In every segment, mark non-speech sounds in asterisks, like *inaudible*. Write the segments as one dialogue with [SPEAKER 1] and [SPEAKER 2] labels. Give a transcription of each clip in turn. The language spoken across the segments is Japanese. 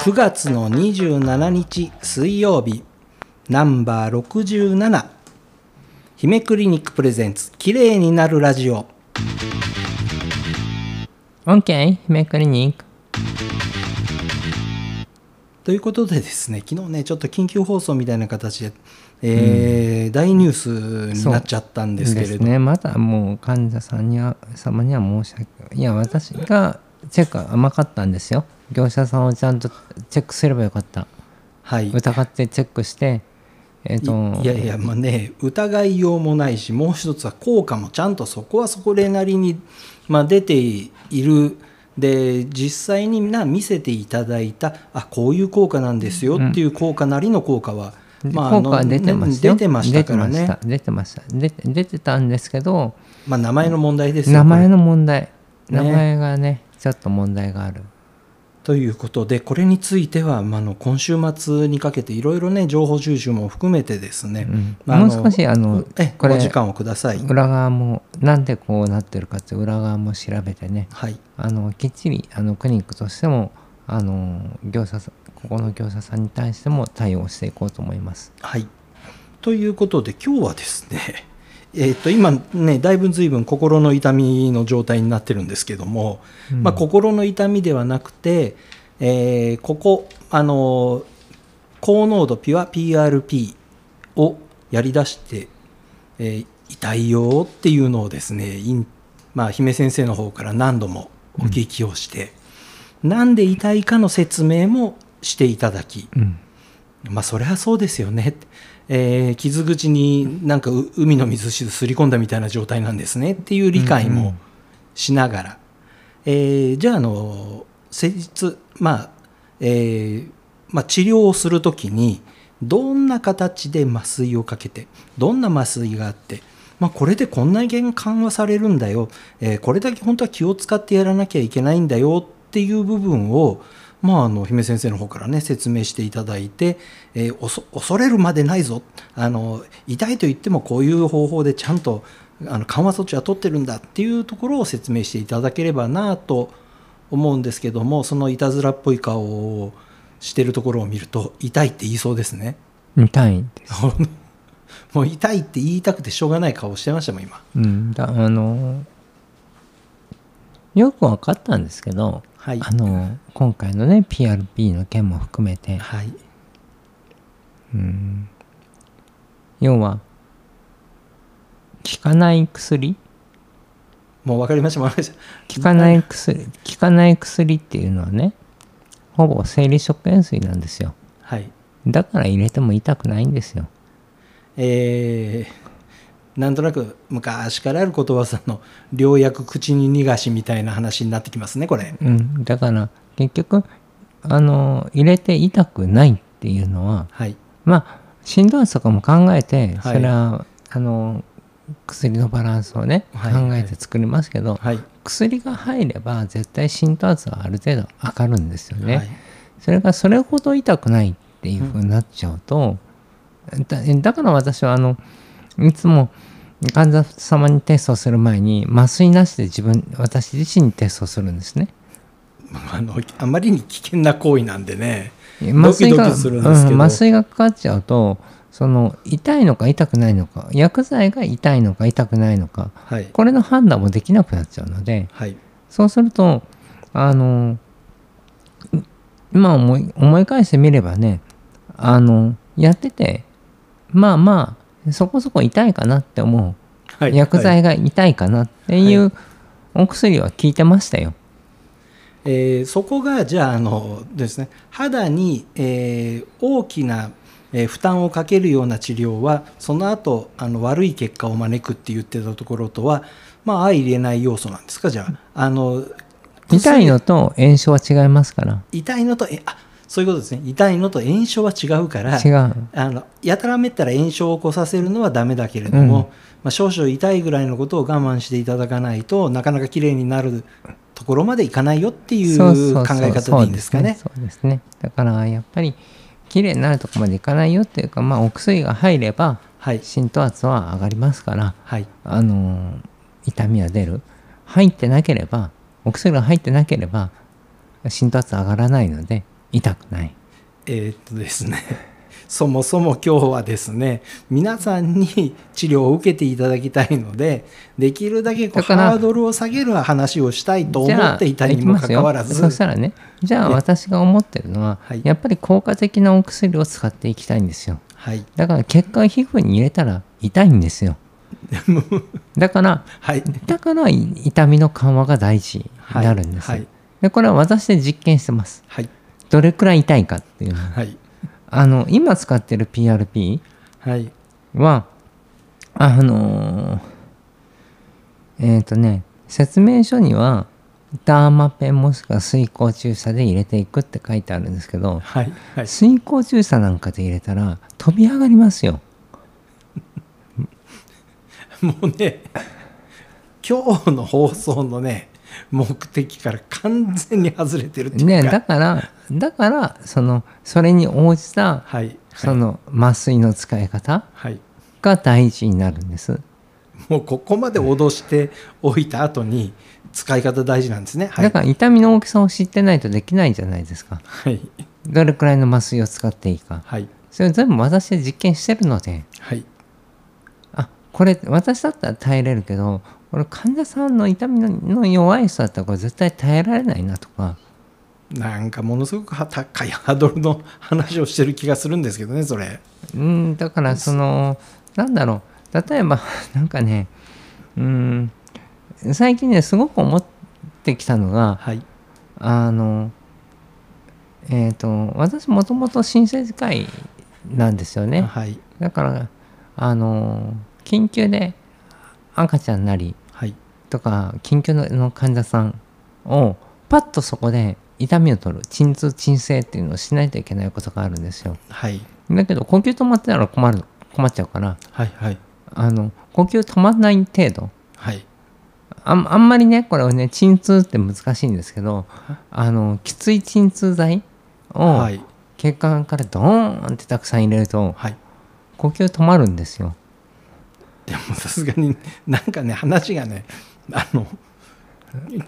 [SPEAKER 1] 9月の27日水曜日ナンバー67姫クリニックプレゼンツ綺麗になるラジオ
[SPEAKER 2] OK 姫クリニック
[SPEAKER 1] ということでですね昨日ねちょっと緊急放送みたいな形で、えー大ニュースになっちゃったんですけれど、
[SPEAKER 2] ねまだもう患者さんには様には申し訳ないいや私がチェックが甘かったんですよ業者さんをちゃんとチェックすればよかった
[SPEAKER 1] はい
[SPEAKER 2] 疑ってチェックしてえっ、と
[SPEAKER 1] いやいやまあね疑いようもないしもう一つは効果もちゃんとそこはそこれなりに、まあ、出ているで実際にな見せていただいたあこういう効果なんですよっていう効果なりの効果は、まああ
[SPEAKER 2] 効
[SPEAKER 1] の
[SPEAKER 2] 果は出てましたよ、
[SPEAKER 1] ね出てましたからね
[SPEAKER 2] 出てました出てました出て出てたんですけど
[SPEAKER 1] まあ、名前の問題ですよ
[SPEAKER 2] 名
[SPEAKER 1] これ
[SPEAKER 2] 前の問題
[SPEAKER 1] ね
[SPEAKER 2] 名前がねちょっと問題がある
[SPEAKER 1] ということでこれについては、まあ、あの今週末にかけていろいろね情報収集も含めてですね、
[SPEAKER 2] うん
[SPEAKER 1] まああの
[SPEAKER 2] もう少しあの
[SPEAKER 1] え
[SPEAKER 2] これ
[SPEAKER 1] お時間をください、
[SPEAKER 2] 裏側もなんでこうなってるかって裏側も調べてね
[SPEAKER 1] はい
[SPEAKER 2] あのきっちりあのクリニックとしてもあの業者さんここの業者さんに対しても対応していこうと思います。
[SPEAKER 1] はい。ということで今日はですね、 *laughs* えっ、と今ねだいぶ随分心の痛みの状態になってるんですけども、
[SPEAKER 2] うん
[SPEAKER 1] まあ心の痛みではなくて、えーここあの高濃度ピュア PRP をやりだして、えー、痛いよっていうのをですね、インまあ姫先生の方から何度もお聞きをして、なんで痛いかの説明もしていただき、
[SPEAKER 2] うん
[SPEAKER 1] まあそりゃそうですよね、えー傷口になんかう海の水すり込んだみたいな状態なんですねっていう理解
[SPEAKER 2] うんう
[SPEAKER 1] も
[SPEAKER 2] ん
[SPEAKER 1] しながら、えーじゃああの施術、まあえーまあ、治療をするときにどんな形で麻酔をかけてどんな麻酔があって、まあ、これでこんな減緩和されるんだよ、えーこれだけ本当は気を使ってやらなきゃいけないんだよっていう部分を、まあ、あの姫先生の方からね説明していただいて、えーおそ恐れるまでないぞあの痛いと言ってもこういう方法でちゃんとあの緩和措置は取ってるんだっていうところを説明していただければなと思うんですけどもそのいたずらっぽい顔をしてるところを見ると痛いって言いそうですね *laughs*
[SPEAKER 2] 痛いです。
[SPEAKER 1] もう痛いって言いたくてしょうがない顔してましたもん今
[SPEAKER 2] うん、だあのよく分かったんですけど、
[SPEAKER 1] はい
[SPEAKER 2] あの今回のね PRP の件も含めて、
[SPEAKER 1] はい
[SPEAKER 2] うん、要は効かない薬
[SPEAKER 1] もう分かりましたもう分かりました
[SPEAKER 2] 効かない薬効かない薬っていうのはねほぼ生理食塩水なんですよ
[SPEAKER 1] はい
[SPEAKER 2] だから入れても痛くないんですよ
[SPEAKER 1] えーなんとなく昔からある言葉さんの「良薬口に逃がし」みたいな話になってきますねこれ
[SPEAKER 2] うん、だから結局あの入れて痛くないっていうのは
[SPEAKER 1] はい
[SPEAKER 2] まあしんどいとかも考えて
[SPEAKER 1] は
[SPEAKER 2] そ
[SPEAKER 1] い
[SPEAKER 2] れは、あの薬のバランスをね、
[SPEAKER 1] はい
[SPEAKER 2] 考えて作りますけど、
[SPEAKER 1] はい
[SPEAKER 2] 薬が入れば絶対浸透圧はある程度上がるんですよね、
[SPEAKER 1] はい
[SPEAKER 2] それがそれほど痛くないっていうふうになっちゃうと、だだから私はあのいつも患者様にテストをする前に麻酔なしで自分私自身にテストをするんですね。
[SPEAKER 1] あのあまりに危険な行為なんでね
[SPEAKER 2] 麻酔が
[SPEAKER 1] ドキドキするんですけど
[SPEAKER 2] うん麻酔がかかっちゃうとその痛いのか痛くないのか薬剤が痛いのか痛くないのか
[SPEAKER 1] はい
[SPEAKER 2] これの判断もできなくなっちゃうので
[SPEAKER 1] はい
[SPEAKER 2] そうするとあのう今思い思い返してみればねあのやっててまあまあそこそこ痛いかなって思う、
[SPEAKER 1] はい
[SPEAKER 2] 薬
[SPEAKER 1] はい
[SPEAKER 2] 剤が痛いかなっていう、お薬は効いてましたよ。
[SPEAKER 1] えーそこがじゃああのですね肌に、えー大きな、えー負担をかけるような治療はその後あの悪い結果を招くって言ってたところとはまあ相入れない要素なんですかじゃああの
[SPEAKER 2] 痛いのと炎症は違いますから
[SPEAKER 1] 痛いのとえあそういうことですね痛いのと炎症は違うから
[SPEAKER 2] 違う。
[SPEAKER 1] あのやたらめったら炎症を起こさせるのはダメだけれども、
[SPEAKER 2] うん
[SPEAKER 1] まあ、少々痛いぐらいのことを我慢していただかないとなかなか綺麗になるところまでいかないよっていう
[SPEAKER 2] そう
[SPEAKER 1] 考
[SPEAKER 2] そうそう
[SPEAKER 1] え方でいいんですかね。
[SPEAKER 2] そうですね。そうですねだからやっぱり綺麗になるとこまでいかないよっていうか、まあ、お薬が入れば
[SPEAKER 1] はい、
[SPEAKER 2] 浸透圧は上がりますから、
[SPEAKER 1] はい、
[SPEAKER 2] あの痛みは出る入ってなければお薬が入ってなければ浸透圧上がらないので痛くない
[SPEAKER 1] えーっとですね *laughs* そもそも今日はですね皆さんに治療を受けていただきたいのでできるだけこう
[SPEAKER 2] だから
[SPEAKER 1] ハードルを下げる話をしたいと
[SPEAKER 2] じ
[SPEAKER 1] 思
[SPEAKER 2] ゃあ
[SPEAKER 1] っていたにもかかわら
[SPEAKER 2] いきます
[SPEAKER 1] ず
[SPEAKER 2] よそしたらねじゃあ
[SPEAKER 1] ね
[SPEAKER 2] 私が思ってるのは、
[SPEAKER 1] はい
[SPEAKER 2] やっぱり効果的なお薬を使っていきたいんですよ
[SPEAKER 1] はい
[SPEAKER 2] だから血管皮膚に入れたら痛いんで
[SPEAKER 1] *laughs*
[SPEAKER 2] すよだから
[SPEAKER 1] はい
[SPEAKER 2] だからい痛みの緩和が大事に
[SPEAKER 1] はい
[SPEAKER 2] なるんです、
[SPEAKER 1] はい
[SPEAKER 2] でこれは私で実験してます
[SPEAKER 1] はい
[SPEAKER 2] どれくらい痛いかっていうのは
[SPEAKER 1] はい
[SPEAKER 2] あの今使ってる PRP
[SPEAKER 1] はい
[SPEAKER 2] はあのーえっ、とね説明書にはダーマペンもしくは水光注射で入れていくって書いてあるんですけど
[SPEAKER 1] はいはい
[SPEAKER 2] 水光注射なんかで入れたら飛び上がりますよ
[SPEAKER 1] *laughs* もうね今日の放送のね目的から完全に外れてるっていうか、
[SPEAKER 2] ねだからだからそのそれに応じた
[SPEAKER 1] はいはい
[SPEAKER 2] その麻酔の使い方
[SPEAKER 1] はい
[SPEAKER 2] が大事になるんです
[SPEAKER 1] もうここまで脅しておいた後に使い方大事なんですねはい
[SPEAKER 2] だから痛みの大きさを知ってないとできないじゃないですか
[SPEAKER 1] はい
[SPEAKER 2] どれくらいの麻酔を使っていいか
[SPEAKER 1] はい
[SPEAKER 2] それを全部私で実験してるので
[SPEAKER 1] はい
[SPEAKER 2] あこれ私だったら耐えれるけどこれ患者さんの痛みのの弱い人だったらこれ絶対耐えられないなとか
[SPEAKER 1] なんかものすごくは高いハードルの話をしてる気がするんですけどねそれ
[SPEAKER 2] うんだからそのなんだろう例えば *laughs* なんかねうん最近ねすごく思ってきたのが
[SPEAKER 1] はい
[SPEAKER 2] あのえっ、と私もともと新生児会なんですよね。
[SPEAKER 1] はい
[SPEAKER 2] だからあの緊急で赤ちゃんなり
[SPEAKER 1] はい
[SPEAKER 2] とか緊急の患者さんをパッとそこで痛みを取る鎮痛鎮静っていうのをしないといけないことがあるんですよ
[SPEAKER 1] はい
[SPEAKER 2] だけど呼吸止まってたら困る困っちゃうから
[SPEAKER 1] はいはい
[SPEAKER 2] あの呼吸止まらない程度
[SPEAKER 1] はい
[SPEAKER 2] あんあんまりねこれはね鎮痛って難しいんですけどあのきつい鎮痛剤を
[SPEAKER 1] はい
[SPEAKER 2] 血管からドーンってたくさん入れると
[SPEAKER 1] はい
[SPEAKER 2] 呼吸止まるんですよ
[SPEAKER 1] でもさすがになんかね話がねあの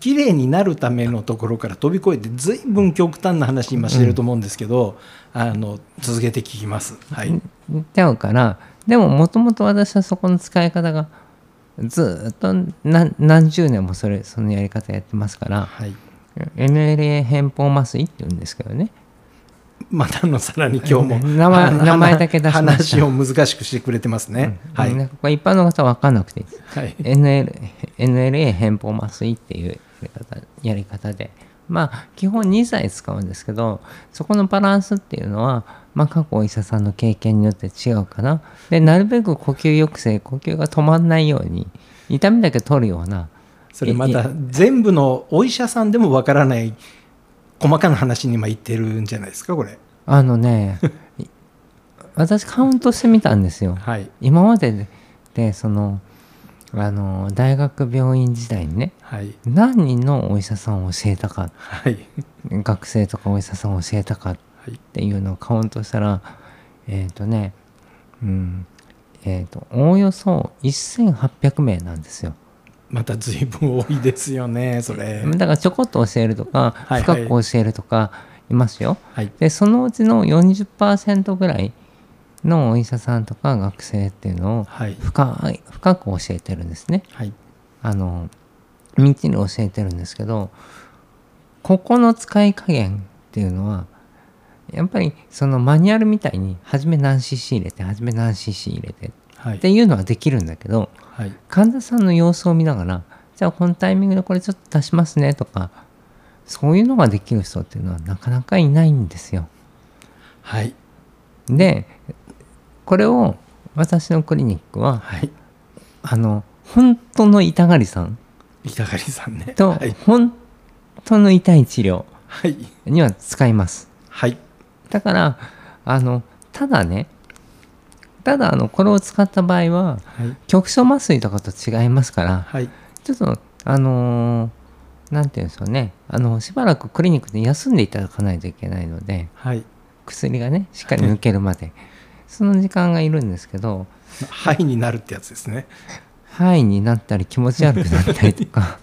[SPEAKER 1] 綺麗になるためのところから飛び越えてずいぶん極端な話今してると思うんですけど、あの続けて聞きますはい
[SPEAKER 2] 行っちゃうからでももともと私はそこの使い方がずっと何何十年もそれそのやり方やってますから
[SPEAKER 1] はい、
[SPEAKER 2] NLA 偏方麻酔って言うんですけどね
[SPEAKER 1] またあのさらに今日も
[SPEAKER 2] *laughs* 名前
[SPEAKER 1] あの
[SPEAKER 2] 名前だけ出しまし
[SPEAKER 1] 話
[SPEAKER 2] た
[SPEAKER 1] を難しくしてくれてますね、は
[SPEAKER 2] うん
[SPEAKER 1] い、
[SPEAKER 2] これ一般の方は分かんなくていいです
[SPEAKER 1] はい
[SPEAKER 2] NL NLA 偏方麻酔っていうやり方やり方でまあ基本2剤使うんですけどそこのバランスっていうのは、まあ、過去お医者さんの経験によって違うかなでなるべく呼吸抑制呼吸が止まんないように痛みだけ取るような
[SPEAKER 1] それま
[SPEAKER 2] い
[SPEAKER 1] た
[SPEAKER 2] い
[SPEAKER 1] 全部のお医者さんでもわからない細かな話に今言ってるんじゃないですかこれ
[SPEAKER 2] あのね *laughs* い私カウントしてみたんですよ
[SPEAKER 1] はい
[SPEAKER 2] 今まででそのあの大学病院時代にね
[SPEAKER 1] はい
[SPEAKER 2] 何人のお医者さんを教えたか
[SPEAKER 1] はい
[SPEAKER 2] 学生とかお医者さんを教えたかっ
[SPEAKER 1] はい
[SPEAKER 2] ていうのをカウントしたらえっ、とねうんえっ、とおおよそ1800名なんですよ
[SPEAKER 1] また随分多いですよねそれ
[SPEAKER 2] だからちょこっと教えるとか
[SPEAKER 1] はい
[SPEAKER 2] 深く教えるとかいますよ、
[SPEAKER 1] はい
[SPEAKER 2] でそのうちの40%ぐらいのお医者さんとか学生っていうのを
[SPEAKER 1] はい
[SPEAKER 2] 深い深く教えてるんですね
[SPEAKER 1] はい
[SPEAKER 2] あのみっちり教えてるんですけどここの使い加減っていうのはやっぱりそのマニュアルみたいに初め何 cc 入れて初め何 cc 入れてっ
[SPEAKER 1] はい
[SPEAKER 2] ていうのはできるんだけど
[SPEAKER 1] はい
[SPEAKER 2] 患者さんの様子を見ながらじゃあこのタイミングでこれちょっと出しますねとかそういうのができる人っていうのはなかなかいないんですよ。
[SPEAKER 1] はい
[SPEAKER 2] でこれを私のクリニックは
[SPEAKER 1] はい
[SPEAKER 2] あの本当の痛がりさん
[SPEAKER 1] 板狩さんね
[SPEAKER 2] と
[SPEAKER 1] はい
[SPEAKER 2] 本当の痛い治療
[SPEAKER 1] はい
[SPEAKER 2] には使います
[SPEAKER 1] はい
[SPEAKER 2] だからあのただねただあのこれを使った場合は
[SPEAKER 1] はい
[SPEAKER 2] 局所麻酔とかと違いますから
[SPEAKER 1] はい
[SPEAKER 2] ちょっとあのーなんて言うんでしょうねあのしばらくクリニックで休んでいただかないといけないので
[SPEAKER 1] はい
[SPEAKER 2] 薬がねしっかり抜けるまでその時間がいるんですけど
[SPEAKER 1] はいになるってやつですね *laughs*
[SPEAKER 2] 範囲になったり気持ち悪くなったりとか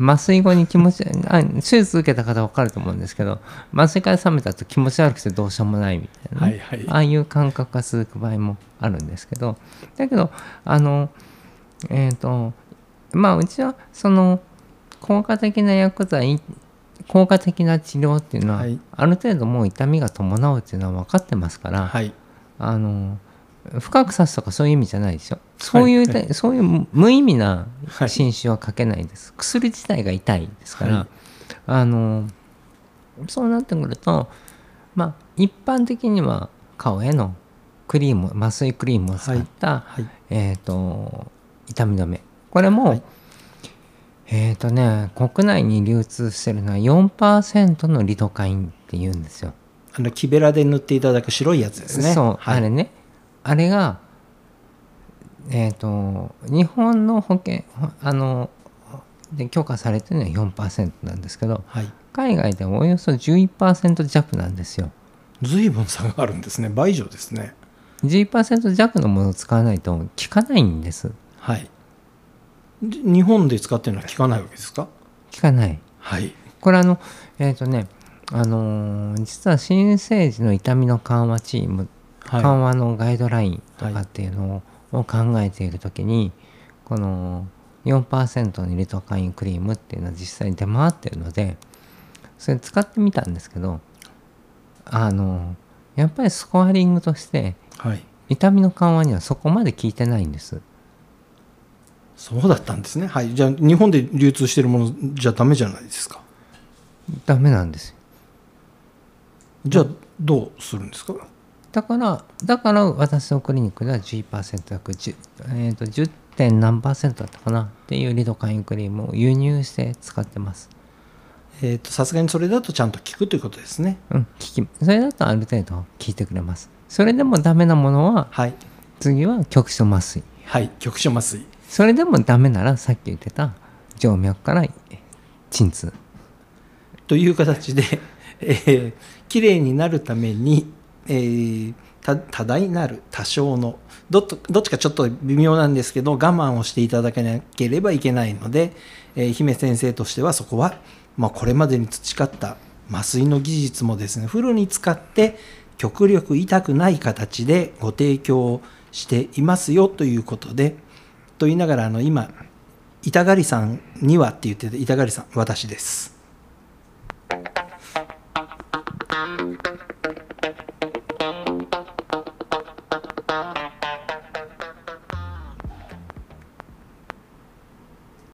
[SPEAKER 2] 麻酔後に気持ちあ手術受けた方分かると思うんですけど麻酔から覚めたと気持ち悪くてどうしようもないみたいなね、
[SPEAKER 1] はいはい
[SPEAKER 2] ああいう感覚が続く場合もあるんですけどだけどあのえっ、とまあうちはその効果的な薬剤効果的な治療っていうのは、
[SPEAKER 1] はい
[SPEAKER 2] ある程度もう痛みが伴うっていうのは分かってますから、
[SPEAKER 1] はい
[SPEAKER 2] あの深く刺すとかそういう意味じゃないでしょそういう、
[SPEAKER 1] はい
[SPEAKER 2] そういう無意味な
[SPEAKER 1] はい
[SPEAKER 2] 心臭はかけないです、薬自体が痛いですから、
[SPEAKER 1] はい
[SPEAKER 2] あのそうなってくるとまあ一般的には顔へのクリーム麻酔クリームを使った、
[SPEAKER 1] はい
[SPEAKER 2] えー、と痛み止めこれも、
[SPEAKER 1] はい
[SPEAKER 2] えっ、とね国内に流通してるのは4%のリドカインって言うんですよ。
[SPEAKER 1] あの木べらで塗っていただく白いやつですね
[SPEAKER 2] そう、
[SPEAKER 1] はい
[SPEAKER 2] あれねあれがえっ、と日本の保険ほあので許可されてるのは4%なんですけど
[SPEAKER 1] はい
[SPEAKER 2] 海外ではおよそ11%弱なんですよ
[SPEAKER 1] 随分差があるんですね倍以上ですね
[SPEAKER 2] 11%弱のものを使わないと効かないんです
[SPEAKER 1] はいじ日本で使ってるのは効かないわけですか
[SPEAKER 2] 効かない
[SPEAKER 1] はい
[SPEAKER 2] これあのえっ、とねあのー実は新生児の痛みの緩和チーム緩
[SPEAKER 1] は
[SPEAKER 2] 和のガイドラインとかっていうのをを考えている時に、この4%のリトカインクリームっていうのは実際に出回ってるのでそれ使ってみたんですけどあのやっぱりスコアリングとして
[SPEAKER 1] いはい
[SPEAKER 2] 痛みの緩和にはそこまで効いてないんです
[SPEAKER 1] そうだったんですねはいじゃあ日本で流通してるものじゃダメじゃないですか
[SPEAKER 2] ダメなんですよ
[SPEAKER 1] じゃあどうするんですか
[SPEAKER 2] だからだから私のクリニックでは11%約 10, えーと10点何パーセントだったかなっていうリドカインクリームを輸入して使ってます
[SPEAKER 1] えっとさすがにそれだとちゃんと効くということですね
[SPEAKER 2] うん、聞きそれだとある程度聞いてくれますそれでもダメなものは
[SPEAKER 1] はい
[SPEAKER 2] 次は局所麻酔
[SPEAKER 1] はい局所麻酔
[SPEAKER 2] それでもダメならさっき言ってた静脈から鎮痛
[SPEAKER 1] という形で、えー、きれいになるために、えーた多大なる多少のどっとどっちかちょっと微妙なんですけど我慢をしていただけなければいけないので、えー姫先生としてはそこは、まあ、これまでに培った麻酔の技術もですねフルに使って極力痛くない形でご提供していますよということでと言いながらあの今「痛がりさんには」って言ってて痛がりさん私です。